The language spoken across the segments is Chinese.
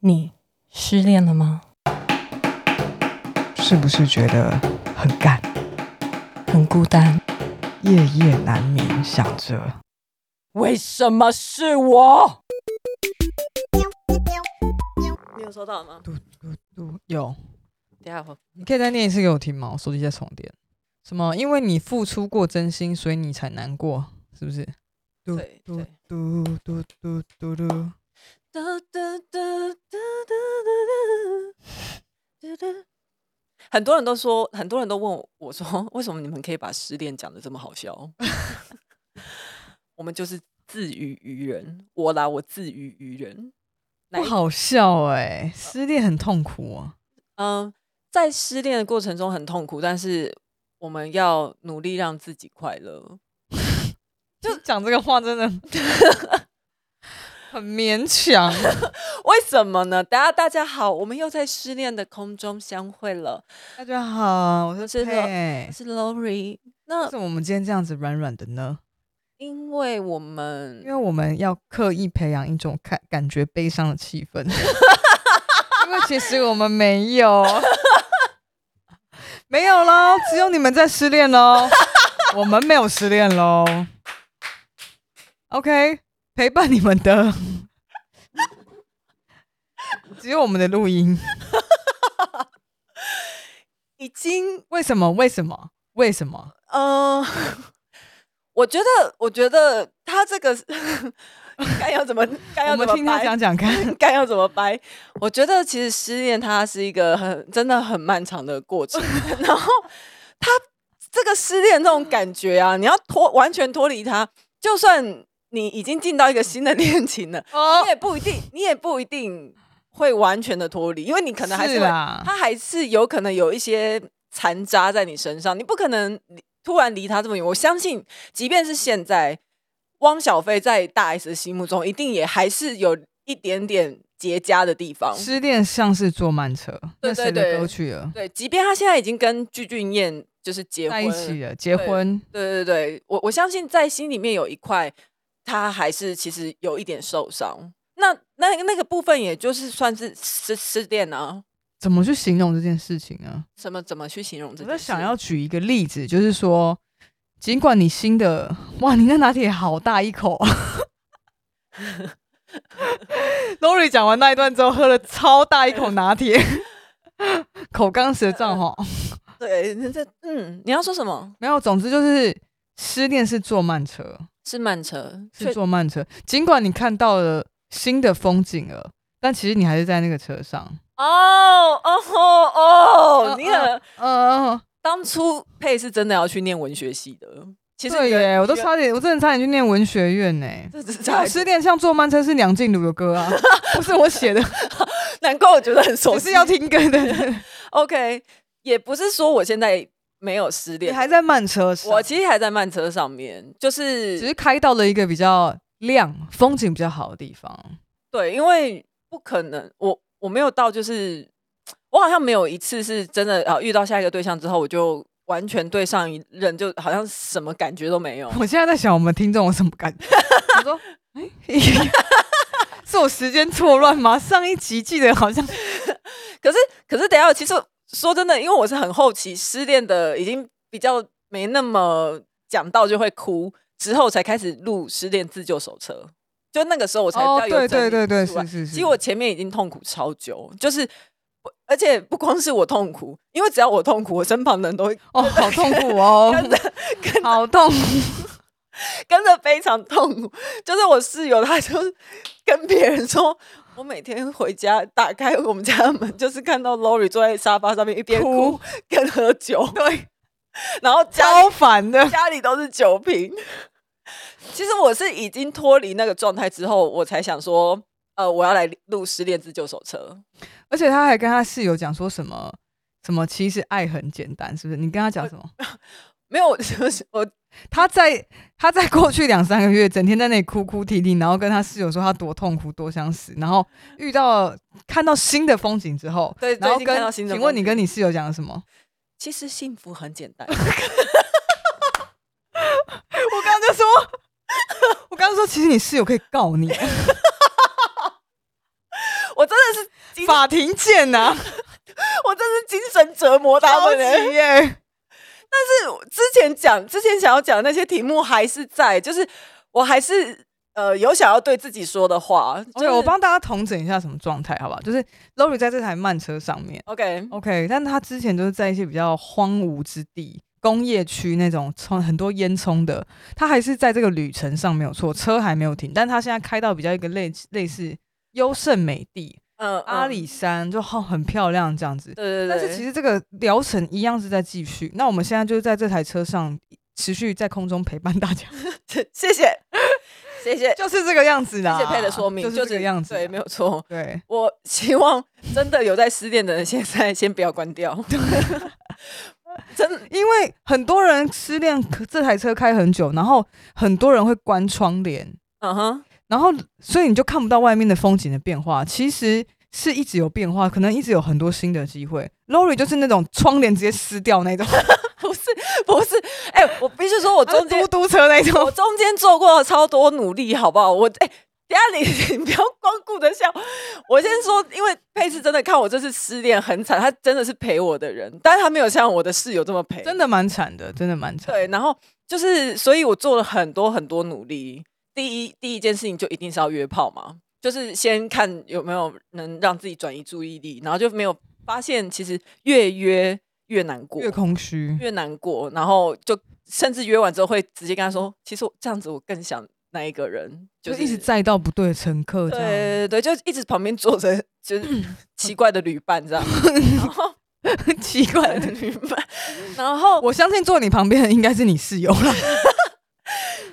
你失恋了吗？是不是觉得很干，很孤单，夜夜难眠，想着为什么是我？你有收到吗？嘟嘟嘟有？等一下我你可以再念一次给我听吗？我手机在重点。什么？因为你付出过真心，所以你才难过，是不是？嘟对嘟对嘟嘟嘟嘟嘟。哒哒哒哒哒哒哒哒哒。 很多人都说，很多人都问我，我说为什么你们可以把失恋讲的这么好 笑？我们就是自娱于人，我啦，我自娱于人。哪不一呃好笑哎、失恋很痛苦啊。嗯，在失恋的过程中很痛苦，但是我们要努力让自己快乐。就讲这个话真 的很勉 强。为什么呢？大家大家好，我们又在失恋的空中相会了。大家好，我是是的佩我。是 Lori。为那什么我们今天这样子软软的呢？因为我因们为我们要刻意培养一种感感觉悲伤的气 氛，因为其实我们没有，没有喽，只有你们在失恋喽，我们没有失恋喽。OK，陪伴你们的只有我们的录音。已经为什么？为什么？为什么？嗯、呃我觉得，我觉得他这 个该要怎么该我要怎们么听他掰讲 讲看。该要怎么掰？我觉得其实失恋它是一个很真的很漫长的过程， 然后它这个失恋这种感觉啊，你要脱完全脱离它，就算你已经进到一个新的恋情了，哦你也不一定，你也不一定会完全的脱离，因为你可能还是是啊会啦，它还是有可能有一些残渣在你身上，你不可能离突然离他这么远。我相信，即便是现在，汪小菲在大 S 的心目中，一定也还是有一点点结痂的地方。失恋像是坐慢车，对对那谁的对歌曲了？对，即便他现在已经跟具俊晔就是结在婚一起了，结对婚，对对对，我我相信在心里面有一块，他还是其实有一点受伤。那那那个部分，也就是算是失失恋啊，怎么去形容这件事情呢？什么怎么去形容这我件事？在想要举一个例子，就是说，尽管你新的，哇，你那拿铁好大一口。Lori 讲完那一段之后，喝了超大一口 拿铁，口干舌燥哈。 对，那这嗯，你要说什么？没有，总之就是失恋是坐慢车，是慢车，是确坐慢车。尽管你看到了新的风景了，但其实你还是在那个车上。哦哦嗯哦，你嗯看呃，当初佩是真的要去念文学系的，其实对你的耶，我都你的差点，我真的差点去念文学院呢、 这只是我差失恋像坐慢车是梁静茹的 歌啊，不是我写的，难怪我觉得很熟我悉。是要听歌的。 OK，也不是说我现在没有失你恋，还在慢车上，我其实还在慢车上面，就是只是开到了一个比较亮、风景比较好的地方。对，因为不可能，我我没有到，就是我好像没有一次是真的啊，遇到下一个对象之后，我就完全对上一任就好像什么感觉都没有。我现在在想，我们听众有什么感觉？我说，哎、 是我时间错乱吗？上一集记得好像可是可是等一下，其实说真的，因为我是很后期失恋的，已经比较没那么讲到就会哭，之后才开始录失恋自救手册，就那个时候我才比哦，较有、对对对对，出来是是是。其实我前面已经痛苦超久，就是我。而且不光是我痛苦，因为只要我痛苦，我身旁的人都会哦，好痛苦哦，好痛苦。跟着非常痛苦。就是我室友，他就是跟别人说，我每天回家打开我们家的门， 就是看到 Lori 坐在沙发上面一边哭哭跟喝酒，对，然后家 超里烦的。家里都是酒瓶。其实我是已经脱离那个状态之后，我才想说，呃，我要来录失恋自救手册。而且他还跟他室友讲说什么什么，其实爱很简单，是不是？你跟他讲什么？没有，我就是我他在他在过去两三个月，整天在那里哭哭啼啼，然后跟他室友说他多痛苦、多想死，然后遇到看到新的风景之后， 对然后最近看到跟新的请问风你景跟你室友讲了什 么？其实幸福很简 单。我刚刚就说， 我刚刚说其实你室友可以告你，我我真的是，法庭见 呐、我真是精神折磨他超们级欸耶！是之前讲，之前想要讲的那些题目还是在，就是我还是呃有想要对自己说的话。就是对，哦我帮大家统整一下什么状态，好不好？就是 Lori 在这台慢车上面 OK， ，OK，但他之前都是在一些比较荒芜之地、工业区那种充很多烟囱的，他还是在这个旅程上没有错，车还没有停，但他现在开到比较一个类类似优胜美地嗯，阿嗯里，山，就好很漂亮这样子。对对对，但是其实这个疗程一样是在继续。那我们现在就是在这台车上持续在空中陪伴大家， 实 谢谢，谢谢，就是这个样子啦。谢谢佩的说明，就是这个样子啦。啊对，没有错。对，我希望真的有在失恋的人，现在先不要关掉。 真的因为很多人失恋，可这台车开很久，然后很多人会关窗帘，嗯哼，然后所以你就看不到外面的风景的变化。其实。是一直有变化，可能一直有很多新的机会。Lori 就是那种窗帘直接撕掉那 种，不是不是，哎、我必须说，我中间嘟嘟车那 我种。中间做过超多努力，好不好？我哎、等一下你 你不要光顾着笑。我先说，因为佩斯真的看我这次失恋很惨，他真的是陪我的人，但是他没有像我的室友这么陪。 真的蛮惨的，真的蛮惨。对，然后就是，所以我做了很多很多努力。第一，第一件事情就一定是要约炮嘛，就是先看有没有能让自己转移注意力，然后就没有发现，其实越约越难过，越空虚，越难过，然后就甚至约完之后会直接跟他说，其实我这样子我更想那一个人，就就是一直载到不对的乘客这样，嗯对对对，就一直旁边坐 着就是奇怪的旅伴这样，然后很 奇怪怪的的。旅伴，然后我相信坐你旁边的应该是你室友 啦。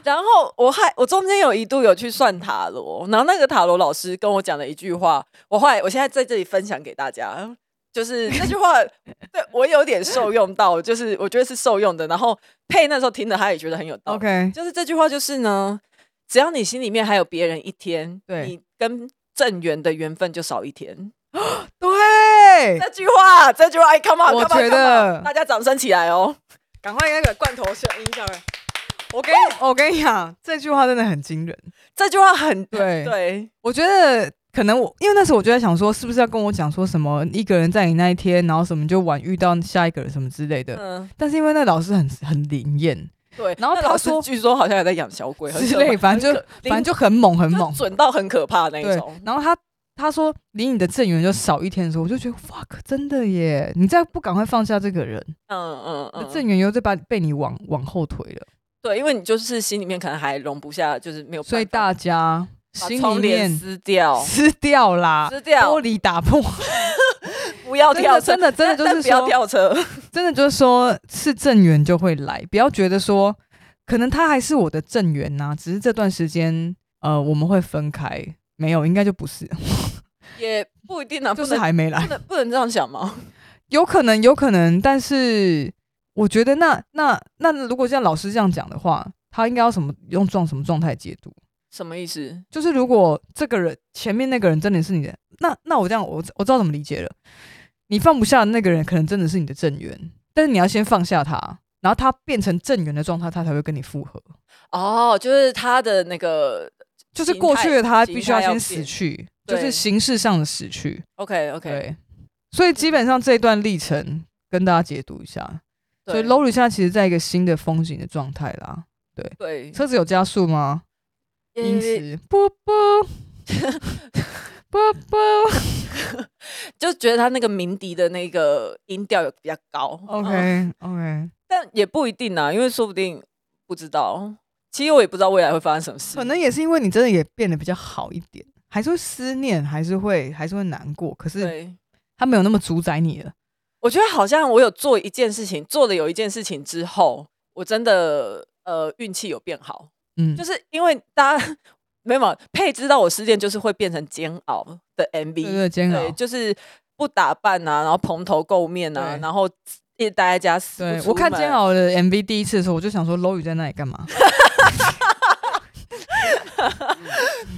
然后我还我中间有一度有去算塔罗，然后那个塔罗老师跟我讲了一句话，我后来我现在在这里分享给大家， 就是那句话对我有点受用到，就是我觉得是受用的。然后佩那时候听了，他也觉得很有道理。 OK，就是这句话就是呢，只要你心里面还有别人一天，对你跟正缘的缘分就少一天。对，这句话，这句话，哎，come on，我 come on，觉 come on，得大家掌声起来哦！赶快那个罐头声音响。我跟 你我跟你讲，这句话真的很惊人。这句话很对对，我觉得可能我因为那时候我就在想说，是不是要跟我讲说什么一个人在你那一天，然后什么就晚遇到下一个人什么之类的。嗯，但是因为那老师很很灵验对。然后那他老师说据说好像也在养小鬼很之可类，怕反正就很可反正就很猛很就猛。准到很可怕那一对种，。然后他他说离你的正缘就少一天的时候，我就觉得 fuck，真的耶！你再不赶快放下这个人，嗯嗯你的嗯，正缘又再把被你往往后推了。对，因为你就是心里面可能还容不下，就是没有办法，所以大家把心里窗帘面撕掉，撕掉啦，撕掉玻，璃 打破，不要真跳的车真，的真的就但是不要说，跳车，真的就是说是正缘就会来，不要觉得说可能他还是我的正缘呐、只是这段时间呃我们会分开，没有应该就不是，也不一定啊，就不是能还没来不。能不能这样想吗？ 有可能，有可能，但是我觉得那那那如果像老师这样讲的话，他应该要什么用状什么状态解读？什么意思？就是如果这个人前面那个人真的是你的，那那我这样我我知道怎么理解了。你放不下的那个人，可能真的是你的正缘，但是你要先放下他，然后他变成正缘的状态，他才会跟你复合。哦，就是他的那个就是形过态去的他形必须态要要先死变去，就是对形式上的死去。 OK OK，对，所以基本上这一段历程跟大家解读一下。所以 Lori 现在其实在一个新的风景的状态啦。对，车子有加速吗？音呃时，啵 啵，啵啵。就觉得他那个鸣笛的那个音调有比较高。嗯 OK OK，但也不一定啊，因为说不定不知道。其实我也不知道未来会发生什么事，可能也是因为你真的也变得比较好一点，还是会思念，还是会还是会难过，可是对。他没有那么主宰你了。我觉得好像我有做一件事情，做了有一件事情之后，我真的呃运气有变好，嗯，就是是因为大家 没有嘛配知道我失恋就是会变成煎熬的 MV，对对煎熬对，。就是不打扮啊，然后蓬头垢面啊，对然后一直待在家死不对出我看哦门煎熬的 MV 第一次的时候，我就想说 Low 宇在那里干嘛？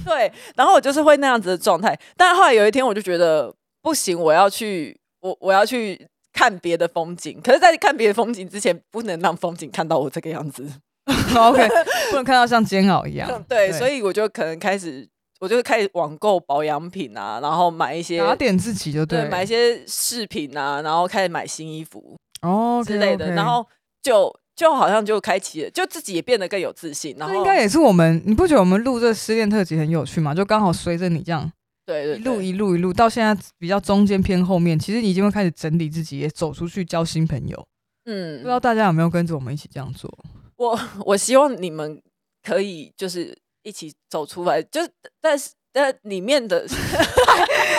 对，然后我就是会那样子的状态。但后来有一天，我就觉得不行，我要去，我我要去看别的风景。可是，在看别的风景之前，不能让风景看到我这个样子。 。OK，不能看到像煎熬一样对，所以我就可能开始我就开始网购保养品啊，然后买一些打点自己就对了买一些饰品啊，然后开始买新衣服哦之类的，然后就就好像就开启了，就自己也变得更有自信，然这后应该也是我们，你不觉得我们录这失恋特辑很有趣吗？就刚好随着你这样对一对路对一路一路到现在比较中间偏后面，其实你已经会开始整理自己，也走出去交新朋友。不知嗯，道大家有没有跟着我们一起这样做？我我希望你们可以就是一起走出来，就是但是但里面的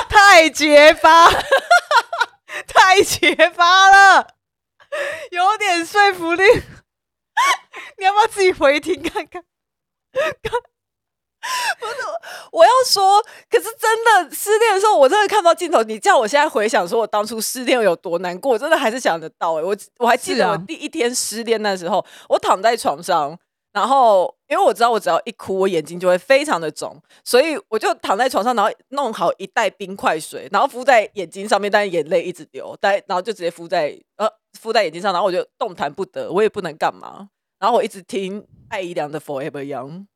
太结巴， 太结巴了，有点说服力。 你要不要自己回听看看？我要说，可是真的失恋的时候，我真的看到镜头。你叫我现在回想说我当初失恋有多难过，我真的还是想得到、欸。我我还记是得啊我第一天失恋那时候，我躺在床上，然后因为我知道我只要一哭，我眼睛就会非常的肿，所以我就躺在床上，然后弄好一袋冰块水，然后敷在眼睛上面，但眼泪一直流，但然后就直接敷在呃敷在眼睛上，然后我就动弹不得，我也不能干嘛，然后我一直听艾怡良的 Forever Young。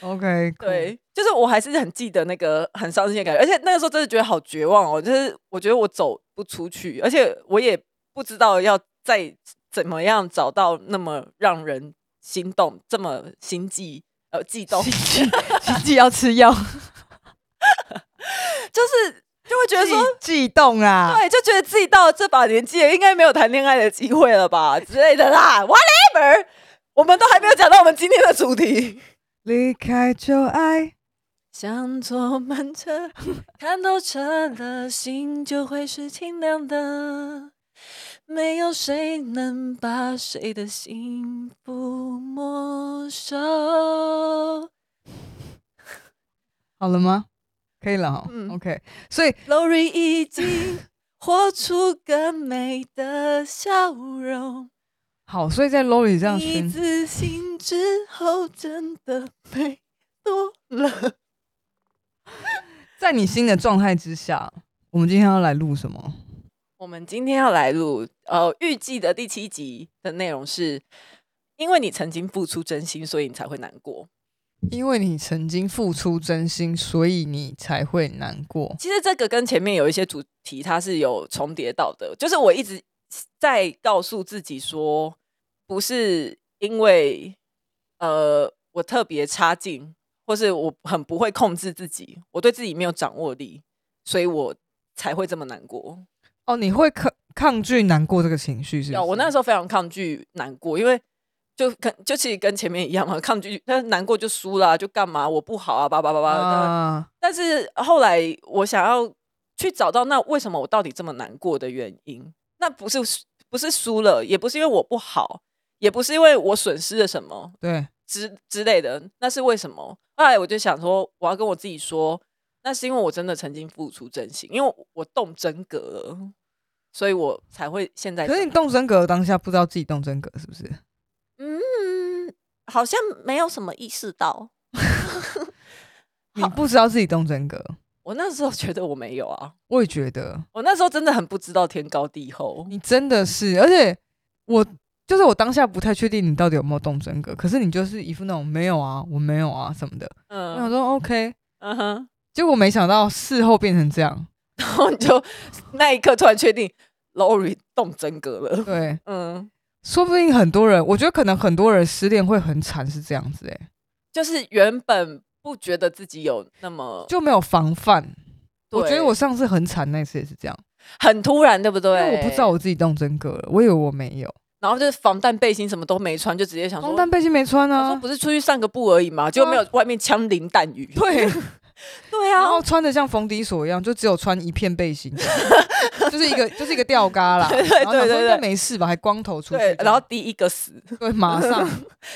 OK，cool 对，就是我还是很记得那个很伤心的感觉，而且那个时候真的觉得好绝望哦，就是我觉得我走不出去，而且我也不知道要再怎么样找到那么让人心动、这么心悸呃悸动，心悸，心悸要吃 药，就是就会觉得说。悸动啊，对，就觉得自己到了这把年纪了，应该没有谈恋爱的机会了吧之类的啦，whatever。我们都还没有讲到我们今天的主题。离开就爱。想坐慢 车，看透彻了，心就会是清凉的。没有谁能把谁的幸福没收。好了吗？可以了哈、嗯 OK，所以 Lori 已经活出更美的笑容。好，所以在 Lori 这样你宣，自信之后，真的美多了。在你新的状态之下，我们今天要来录什么？我们今天要来录，呃，预计的第七集的内容是，因为你曾经付出真心，所以你才会难过。因为你曾经付出真心，所以你才会难过。其实这个跟前面有一些主题它是有重叠到的，就是我一直在告诉自己说，不是因为呃我特别差劲，或是我很不会控制自己，我对自己没有掌握力，所以我才会这么难过。哦，你会抗抗拒难过这个情绪是不是？有，啊我那时候非常抗拒难过，因为就跟就其实跟前面一样嘛，抗拒，但是难过就输啦、就干嘛我不好啊，叭叭叭叭。的。啊，但是后来我想要去找到那为什么我到底这么难过的原因，那不是不是输了，也不是因为我不好，也不是因为我损失了什么，对，之之类的，那是为什么？后来我就想说，我要跟我自己说，那是因为我真的曾经付出真心，因为我我动真格了，所以我才会现在这可样。是你动真格的当下不知道自己动真格是不是？嗯，好像没有什么意识到。你不知道自己动真格，我那时候觉得我没有啊，我也觉得我那时候真的很不知道天高地厚。你真的是，而且我就是我当下不太确定你到底有没有动真格，可是你就是一副那种没有啊，我没有啊什么的。我想嗯说 OK，嗯哼，结果没想到事后变成这样。然后你就那一刻突然确定 Lori 动真格了。对，嗯，说不定很多人，我觉得可能很多人失恋会很惨，是这样子、欸，就是原本不觉得自己有那么，就没有防范。我觉对得我上次很惨那次也是这样，很突然，对不对？因为我不知道，我自己动真格了，我以为我没有，然后就是防弹背心什么都没穿，就直接想说防，弹背心没穿想说啊，不是出去散个步而已嘛，就没有外面枪林弹雨。 对，对然啊，后穿的像逢迪所一样，就只有穿一片背心，就是一个就是一个吊嘎啦， 对对然后想对说对应该对没事吧，还光头出去这对样，，然后第一个死，对马 上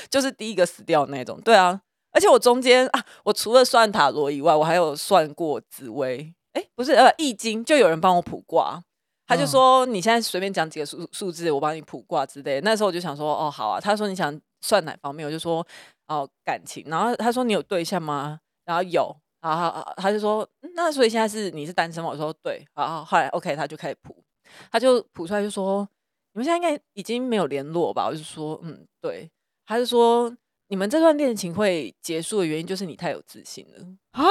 就是第一个死掉的那种。对啊，而且我中间啊，我除了算塔罗以外，我还有算过紫薇，哎，不是呃易经，就有人帮我卜卦。他就嗯说：“你现在随便讲几个数数字，我帮你卜卦之类的。”那时候我就想说：“哦，好啊。”他说：“你想算哪方面？”我就说：“哦，感情。”然后他说：“你有对象吗？”然后有，然后他他就说：“嗯那所以现在是你是单身吗？”我说：“对。”然后后来 OK，他就开始卜，他就卜出来就说：“你们现在应该已经没有联络吧？”我就说：“嗯，对。”他就说：“你们这段恋情会结束的原因，就是你太有自信了。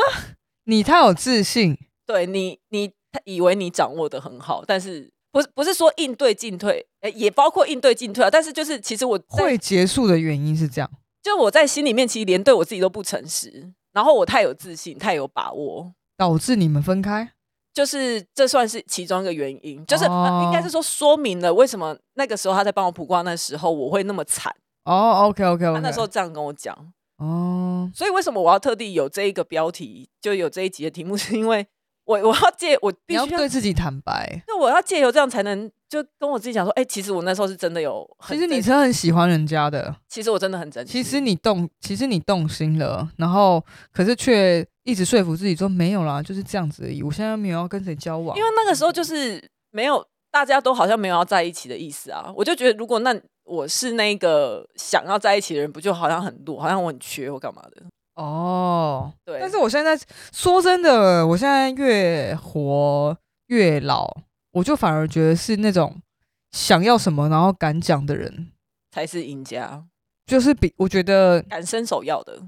你太有自信，对你，你他以为你掌握的很好，但是不是不是说应对进退，诶也包括应对进退啊。但是就是其实我在会结束的原因是这样。就我在心里面，其实连对我自己都不诚实，然后我太有自信，太有把握，导致你们分开，就是这算是其中一个原因，就是、呃应该哦是说说明了为什么那个时候他在帮我卜卦那时候我会那么惨，哦，OK，OK，OK、o k 他 OK OK，啊那时候这样跟我讲，哦，所以为什么我要特地有这一个标题，就有这一集的题目， 是因为我我要借我必你须要要对自己坦白。那我要借由这样才能就跟我自己讲说，哎、其实我那时候是真的有很其真，实你是很喜欢人家的，其实我真的很真实。其实你动，其实你动心了，然后可是却一直说服自己说没有啦，就是这样子而已。我现在没有要跟谁交往，因为那个时候就是没有大家都好像没有要在一起的意思啊，我就觉得如果那我是那个想要在一起的人，不就好像很弱，好像我很缺或干嘛的？哦，对，但是我现在说真的，我现在越活越老，我就反而觉得是那种想要什么然后敢讲的人，才是赢家，就是比我觉得敢伸手要的。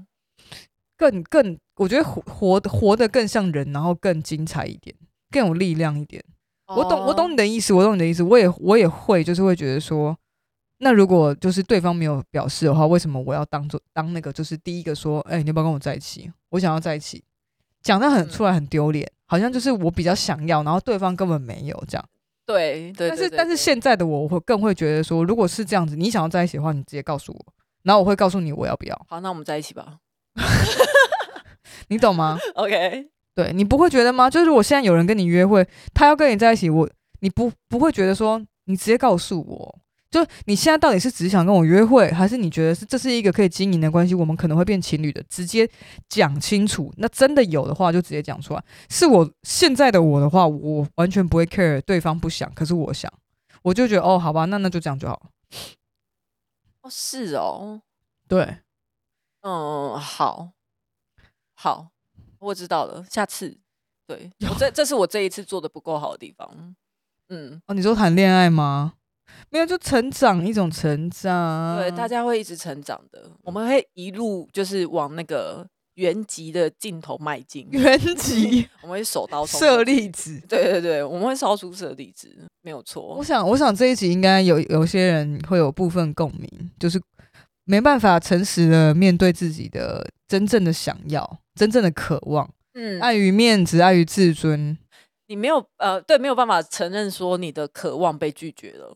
更更，我觉得活活活得更像人，然后更精彩一点，更有力量一点。我懂，哦我懂你的意思，我懂你的意思，我也我也会，就是会觉得说，那如果就是对方没有表示的话，为什么我要当做当那个就是第一个说，哎、你要不要跟我在一起？我想要在一起，讲的很嗯出来很丢脸，好像就是我比较想要，然后对方根本没有这样。对，对对但是对但是对现在的我，我会更会觉得说，如果是这样子，你想要在一起的话，你直接告诉我，然后我会告诉你我要不要，好，那我们在一起吧。 你懂吗？ OK，对你不会觉得吗？就是我现在有人跟你约会，他要跟你在一起，我你不不会觉得说你直接告诉我，就你现在到底是只想跟我约会，还是你觉得是这是一个可以经营的关系，我们可能会变情侣的，直接讲清楚。那真的有的话就直接讲出来。是我现在的我的话，我完全不会 care 对方不想，可是我想，我就觉得哦，好吧，那那就这样就好了。哦是哦，对，嗯，好，好，我知道了，下次。对，我这这是我这一次做的不够好的地方。嗯，哦，你说谈恋爱吗？没有，就成长一种成长。，对，大家会一直成长的，我们会一路就是往那个原籍的尽头迈进 原籍我们会手刀冲舍过去利子。对对对，我们会烧出舍利子，没有我错。想，我想这一集应该有有些人会有部分共鸣，就是没办法诚实的面对自己的真正的想要、真正的渴望，嗯，碍于面子、碍于自尊。你没有呃，对，没有办法承认说你的渴望被拒绝了，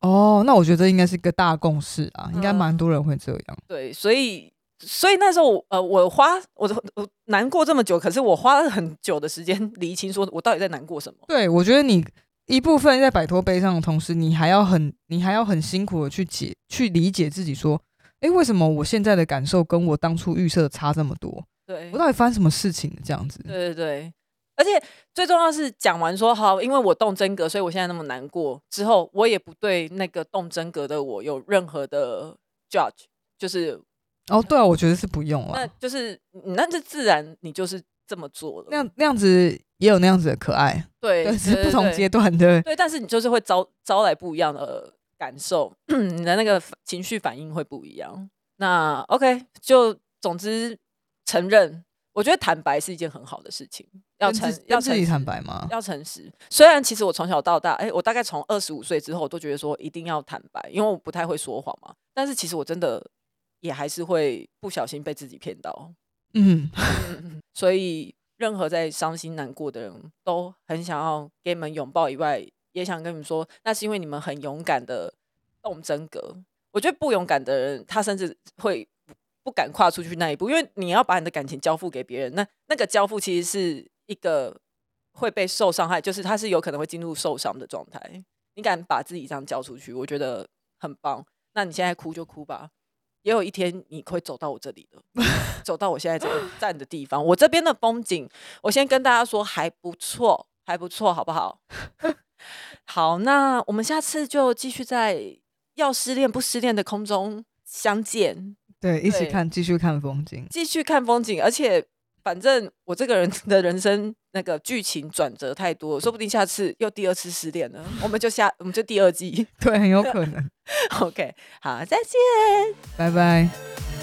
哦，那我觉得应该是一个大共识啊，应该嗯蛮多人会这样。对，所以所以那时候我呃，我花我都我难过这么久，可是我花了很久的时间 厘清，说我到底在难过什么。对，我觉得你一部分在摆脱悲伤的同时，你还要很你还要很辛苦的去解去理解自己，说，诶，为什么我现在的感受跟我当初预设的差这么多？对，我到底发生什么事情了？这样子？对对对，而且最重要的是讲完说好，因为我动真格，所以我现在那么难过。之后我也不对那个动真格的我有任何的 judge，就是哦，对啊，我觉得是不用了。那就是你那是自然，你就是这么做了。那样那样子也有那样子的可爱，对，对，对是不同对阶段的。对，但是你就是会招招来不一样的感受， 你的那个反情绪反应会不一样。那 OK，就总之承认，我觉得坦白是一件很好的事情，要跟诚自要跟自诚己坦实白吗？要诚实。虽然其实我从小到大，哎、我大概从二十五岁之后，我都觉得说一定要坦白，因为我不太会说谎嘛。但是其实我真的也还是会不小心被自己骗到，嗯，嗯所以任何在伤心难过的人都很想要给你们拥抱以外，也想跟你们说，那是因为你们很勇敢的动真格。我觉得不勇敢的人，他甚至会不不敢跨出去那一步，因为你要把你的感情交付给别人，那那个交付其实是一个会被受伤害，就是他是有可能会进入受伤的状态。你敢把自己这样交出去，我觉得很棒。那你现在哭就哭吧，也有一天你会走到我这里的。走到我现在这个站的地方，我这边的风景，我先跟大家说还不错，还不错，好不好？ 好，那我们下次就继续在要失恋不失恋的空中相见，对，一起对看，继续看风景。继续看风景，而且。反正我这个人的人生那个剧情转折太多，说不定下次又第二次失恋了，我们就下我们就第二季 对，很有可能。 ，OK，好，再见。拜拜。拜拜。